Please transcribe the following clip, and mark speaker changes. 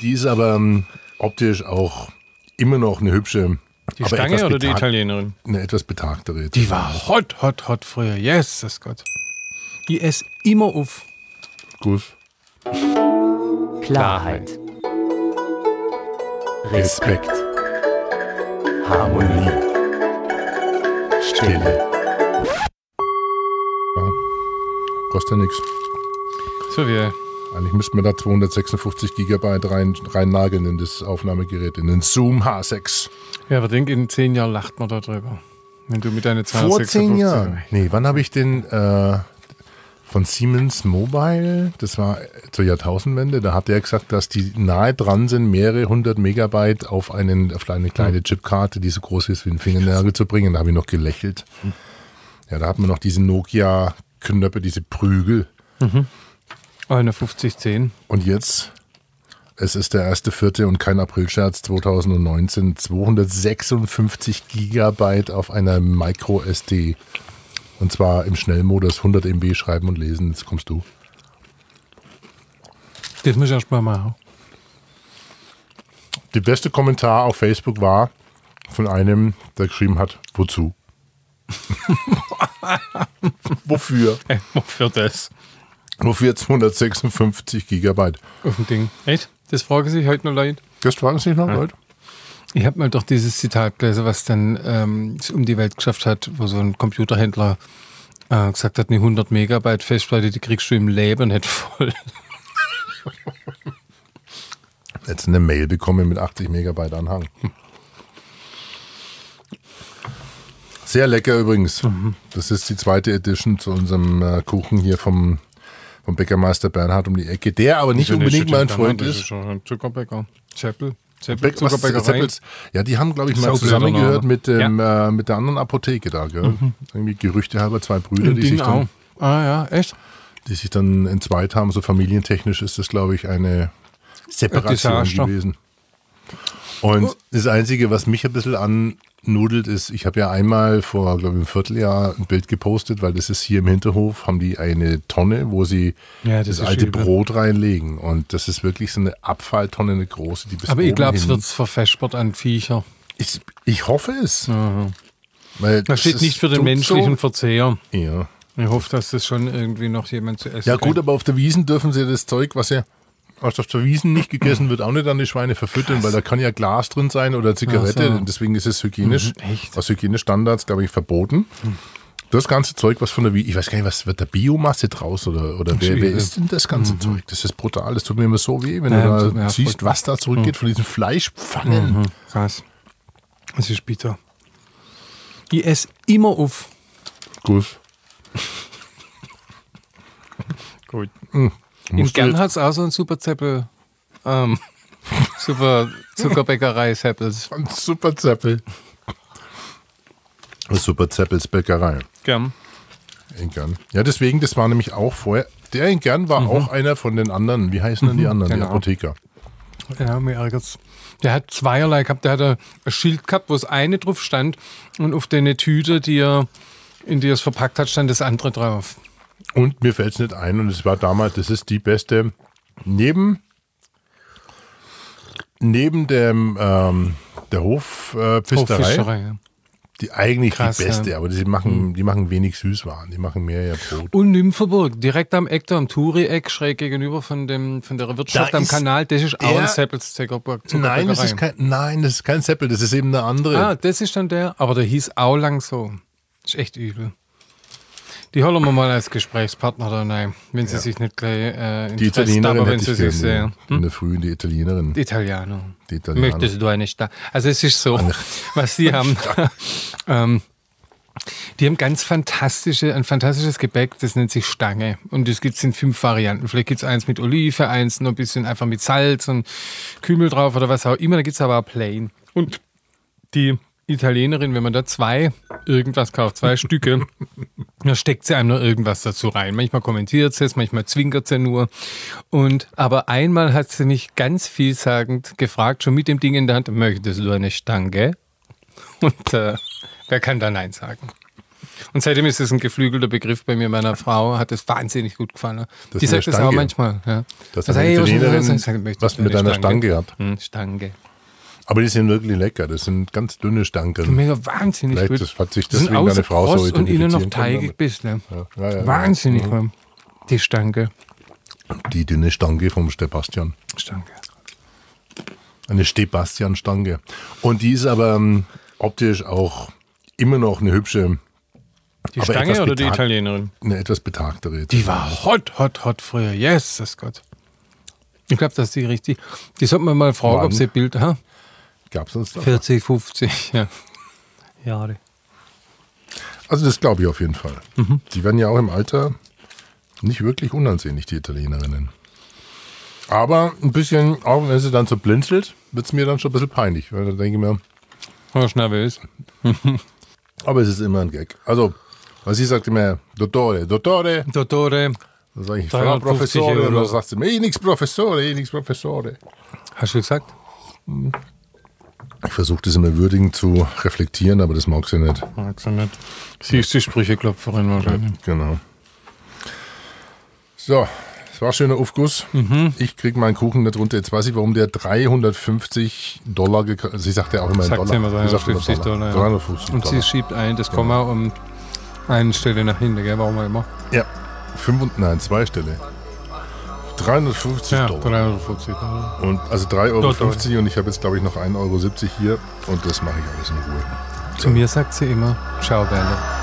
Speaker 1: Die ist aber ähm, optisch auch immer noch eine hübsche.
Speaker 2: Die
Speaker 1: aber
Speaker 2: Stange
Speaker 1: etwas
Speaker 2: oder die
Speaker 1: betagt-
Speaker 2: Italienerin?
Speaker 1: Eine etwas betagtere. jetzt.
Speaker 2: Die war hot, hot, hot früher. Yes, das Gott. Die esse immer auf.
Speaker 1: Gut.
Speaker 3: Klarheit. Respekt. Harmonie.
Speaker 1: Stille. Ja. Kostet ja nichts.
Speaker 2: So, wir
Speaker 1: Eigentlich müssten wir da 256 Gigabyte rein, rein nageln in das Aufnahmegerät, in den Zoom H6.
Speaker 2: Ja, aber denk, in zehn Jahren lacht man darüber. Wenn du mit deiner Zahl
Speaker 1: Vor zehn Jahren. Nee, wann habe ich den äh, von Siemens Mobile, das war zur Jahrtausendwende, da hat der gesagt, dass die nahe dran sind, mehrere hundert Megabyte auf, einen, auf eine kleine Chipkarte, die so groß ist wie ein Fingernagel zu bringen. Da habe ich noch gelächelt. Ja, da hat man noch diese Nokia-Knöpfe, diese Prügel.
Speaker 2: 51, 10.
Speaker 1: Und jetzt, es ist der erste Vierte und kein Aprilscherz 2019, 256 Gigabyte auf einer Micro SD. Und zwar im Schnellmodus 100 MB schreiben und lesen. Jetzt kommst du.
Speaker 2: Das muss ich erst mal machen.
Speaker 1: Der beste Kommentar auf Facebook war von einem, der geschrieben hat, wozu? Wofür?
Speaker 2: Ey, wofür das?
Speaker 1: Wofür 256 Gigabyte?
Speaker 2: Auf dem Ding. Echt? Das fragen sich heute noch Leute.
Speaker 1: Das fragen sich noch Leute.
Speaker 2: Ich habe mal doch dieses Zitat gelesen, was dann ähm, es um die Welt geschafft hat, wo so ein Computerhändler äh, gesagt hat, eine 100 Megabyte Festplatte, die kriegst du im Leben nicht voll.
Speaker 1: Jetzt eine Mail bekommen mit 80 Megabyte Anhang. Sehr lecker übrigens. Das ist die zweite Edition zu unserem äh, Kuchen hier vom, vom Bäckermeister Bernhard um die Ecke, der aber nicht unbedingt mein Freund
Speaker 2: Das
Speaker 1: ist.
Speaker 2: schon ein Zuckerbäcker. Zeppel. Zeppel,
Speaker 1: Bäck- was-
Speaker 2: Zuckerbäckerei.
Speaker 1: Zeppels- Ja, die haben, glaube ich, mal
Speaker 2: Saublöder
Speaker 1: zusammengehört
Speaker 2: Name.
Speaker 1: mit, dem, äh, mit der anderen Apotheke da. Gell? Irgendwie Gerüchte halber zwei Brüder,
Speaker 2: In
Speaker 1: die sich,
Speaker 2: Dingau.
Speaker 1: dann,
Speaker 2: Ah ja, echt?
Speaker 1: die sich dann entzweit haben. So familientechnisch ist das, glaube ich, eine Separation
Speaker 2: Desaster.
Speaker 1: gewesen. Und das Einzige, was mich ein bisschen annudelt, ist, ich habe ja einmal vor, glaube ich, einem Vierteljahr ein Bild gepostet, weil das ist hier im Hinterhof, haben die eine Tonne, wo sie
Speaker 2: Ja,
Speaker 1: das,
Speaker 2: das ist ne?
Speaker 1: alte
Speaker 2: übel.
Speaker 1: Brot reinlegen. Und das ist wirklich so eine Abfalltonne, eine große, die bis
Speaker 2: Aber ich
Speaker 1: oben
Speaker 2: glaube, es
Speaker 1: hin-
Speaker 2: wird verfespert an Viecher.
Speaker 1: Ich, ich hoffe es. Weil
Speaker 2: Das steht
Speaker 1: ist
Speaker 2: nicht für den
Speaker 1: so-
Speaker 2: menschlichen Verzehr.
Speaker 1: So, ja.
Speaker 2: Ich hoffe, dass das schon irgendwie noch jemand zu essen
Speaker 1: ja gut,
Speaker 2: kriegt.
Speaker 1: aber auf der Wiesen dürfen sie das Zeug, was ja was auf der Wiesen nicht gegessen wird, auch nicht an die Schweine verfüttern, weil da kann ja Glas drin sein oder Zigarette.
Speaker 2: Ach so.
Speaker 1: und Deswegen ist es hygienisch,
Speaker 2: Mhm, echt? Hm.
Speaker 1: aus Hygienestandards, glaube ich, verboten. Das ganze Zeug, was von der Wiesen, ich weiß gar nicht, was wird da Biomasse draus oder, oder wer, wer
Speaker 2: übel.
Speaker 1: isst denn das ganze Zeug? Das ist brutal. Das tut mir immer so weh, wenn
Speaker 2: Mhm. Ja,
Speaker 1: du
Speaker 2: tut
Speaker 1: da
Speaker 2: mir auch
Speaker 1: siehst,
Speaker 2: voll-
Speaker 1: was da zurückgeht von diesen Fleischpfannen.
Speaker 2: Mhm, krass. Das ist bitter. Ich esse immer auf.
Speaker 1: Gut.
Speaker 2: Gut. In
Speaker 1: Musst du
Speaker 2: Mhm. Gern
Speaker 1: jetzt-
Speaker 2: hat es auch so einen super Zeppel. Ähm, super Zuckerbäckerei Zeppels.
Speaker 1: Von Super Zeppel. Super Zeppels Bäckerei.
Speaker 2: Gern.
Speaker 1: In Gern. Ja, deswegen, das war nämlich auch vorher. Der in Gern war auch einer von den anderen. Wie heißen denn die anderen? Die
Speaker 2: Mhm. genau.
Speaker 1: Apotheker.
Speaker 2: Ja, mir ärgert's. Der hat zweierlei gehabt. Der hat ein ein Schild gehabt, wo das eine drauf stand und auf der Tüte, die er, in die er es verpackt hat, stand das andere drauf.
Speaker 1: Und mir fällt es nicht ein. Und es war damals, das ist die beste. Neben, neben dem, ähm, der Hofpisterei, äh, Pisterei,
Speaker 2: ja.
Speaker 1: die eigentlich
Speaker 2: Krass,
Speaker 1: die
Speaker 2: ja. Mhm.
Speaker 1: beste, aber die machen, die machen wenig Süßwaren. Die machen mehr ja Brot.
Speaker 2: Und Nymphenburg, direkt am Eck, da am Touri-Eck, schräg gegenüber von, dem, von der Wirtschaft
Speaker 1: Da
Speaker 2: am
Speaker 1: ist
Speaker 2: Kanal. Das ist auch
Speaker 1: der-
Speaker 2: ein Seppels Zuckerberg.
Speaker 1: Nein das, ist kein, nein, das ist kein Zeppel, das ist eben eine andere.
Speaker 2: Ah, das ist dann der, aber der hieß auch lang so. Ist echt übel. Die holen wir mal als Gesprächspartner da rein, wenn sie sich nicht gleich äh, in
Speaker 1: Die
Speaker 2: Fresse
Speaker 1: Italienerin
Speaker 2: dabern, wenn
Speaker 1: hätte
Speaker 2: sie
Speaker 1: ich
Speaker 2: sich
Speaker 1: gerne.
Speaker 2: sehr.
Speaker 1: In der Früh die Italienerin. Die,
Speaker 2: Italiano.
Speaker 1: Italienerin.
Speaker 2: Möchtest du eine Stadt? Also es ist so, was die haben. ähm, die haben ganz fantastische, ein fantastisches Gebäck, das nennt sich Stange. Und das gibt's in fünf Varianten. Vielleicht gibt's eins mit Olive, eins noch ein bisschen einfach mit Salz und Kümmel drauf oder was auch immer. Da gibt's aber auch Plain. Und die Italienerin, wenn man da zwei irgendwas kauft, zwei Stücke, da steckt sie einem noch irgendwas dazu rein. Manchmal kommentiert sie es, manchmal zwinkert sie nur. Und aber einmal hat sie mich ganz vielsagend gefragt, schon mit dem Ding in der Hand, möchtest du eine Stange? Und äh, wer kann da Nein sagen? Und seitdem ist es ein geflügelter Begriff bei mir. Meiner Frau hat es wahnsinnig gut gefallen.
Speaker 1: Das
Speaker 2: die
Speaker 1: mit der
Speaker 2: sagt das
Speaker 1: Stange.
Speaker 2: auch manchmal. Ja.
Speaker 1: Dass
Speaker 2: Also,
Speaker 1: eine
Speaker 2: hey, was
Speaker 1: Italienerin
Speaker 2: ist das? Ich sag, ich möchte
Speaker 1: was
Speaker 2: eine
Speaker 1: mit einer Stange hat.
Speaker 2: Hm, Stange.
Speaker 1: Aber die sind wirklich lecker. Das sind ganz dünne Stangen.
Speaker 2: Mega wahnsinnig
Speaker 1: Vielleicht
Speaker 2: gut.
Speaker 1: das hat sich
Speaker 2: Die sind
Speaker 1: deswegen deine
Speaker 2: außer
Speaker 1: Frau
Speaker 2: kross
Speaker 1: so
Speaker 2: und innen noch
Speaker 1: identifizieren
Speaker 2: teigig
Speaker 1: können
Speaker 2: bist. Ne?
Speaker 1: damit. Ja, ja, ja. Mhm.
Speaker 2: Wahnsinnig, Mann. Die Stange.
Speaker 1: Die dünne Stange vom Sebastian.
Speaker 2: Stange.
Speaker 1: Eine Sebastian-Stange. Und die ist aber ähm, optisch auch immer noch eine hübsche,
Speaker 2: Die
Speaker 1: Aber
Speaker 2: Stange
Speaker 1: etwas
Speaker 2: oder die
Speaker 1: betagt.
Speaker 2: Italienerin?
Speaker 1: eine etwas betagtere.
Speaker 2: Die war hot, hot, hot früher. Yes, das Gott. Ich glaube, dass die richtig. Die sollten wir mal fragen,
Speaker 1: Wann?
Speaker 2: ob sie ein Bild haben.
Speaker 1: Gab's uns da?
Speaker 2: 40, 50, ja. Jahre.
Speaker 1: Also das glaube ich auf jeden Fall.
Speaker 2: Mhm.
Speaker 1: Die werden ja auch im Alter nicht wirklich unansehnlich, die Italienerinnen. Aber ein bisschen, auch wenn sie dann so blinzelt, wird es mir dann schon ein bisschen peinlich. Weil dann denke ich mir,
Speaker 2: Warst du nervös?
Speaker 1: aber es ist immer ein Gag. Also, weil sie sagt immer, Dottore, Dottore.
Speaker 2: Dottore,
Speaker 1: Dann sage ich, Frau
Speaker 2: 350
Speaker 1: Professore. Und
Speaker 2: Euro.
Speaker 1: dann sagt sie mir, eh nix Professore, eh nix Professore.
Speaker 2: hast du gesagt?
Speaker 1: Ich versuche das immer würdigend zu reflektieren, aber das mag sie nicht.
Speaker 2: Magst du nicht. Sie ist die Sprücheklopferin wahrscheinlich.
Speaker 1: Genau. So, es war ein schöner Aufguss.
Speaker 2: Mhm.
Speaker 1: Ich kriege meinen Kuchen nicht runter. Jetzt weiß ich, warum der 350 Dollar gekostet Sie sagt ja auch immer in
Speaker 2: Sagt
Speaker 1: Dollar.
Speaker 2: sie immer
Speaker 1: Sie sagt
Speaker 2: 350 Dollar. ja.
Speaker 1: 350
Speaker 2: Und sie
Speaker 1: Dollar.
Speaker 2: schiebt ein, das Komma um eine Stelle nach hinten, gell? Warum auch immer.
Speaker 1: Ja, fünf und, nein, zwei Stelle. 350
Speaker 2: Ja,
Speaker 1: Dollar.
Speaker 2: 350 Dollar.
Speaker 1: Und, also 3,50 Euro
Speaker 2: Dollar.
Speaker 1: und ich habe jetzt, glaube ich, noch 1,70 Euro hier. Und das mache ich alles in Ruhe.
Speaker 2: Zu mir sagt sie immer, schau, Berle.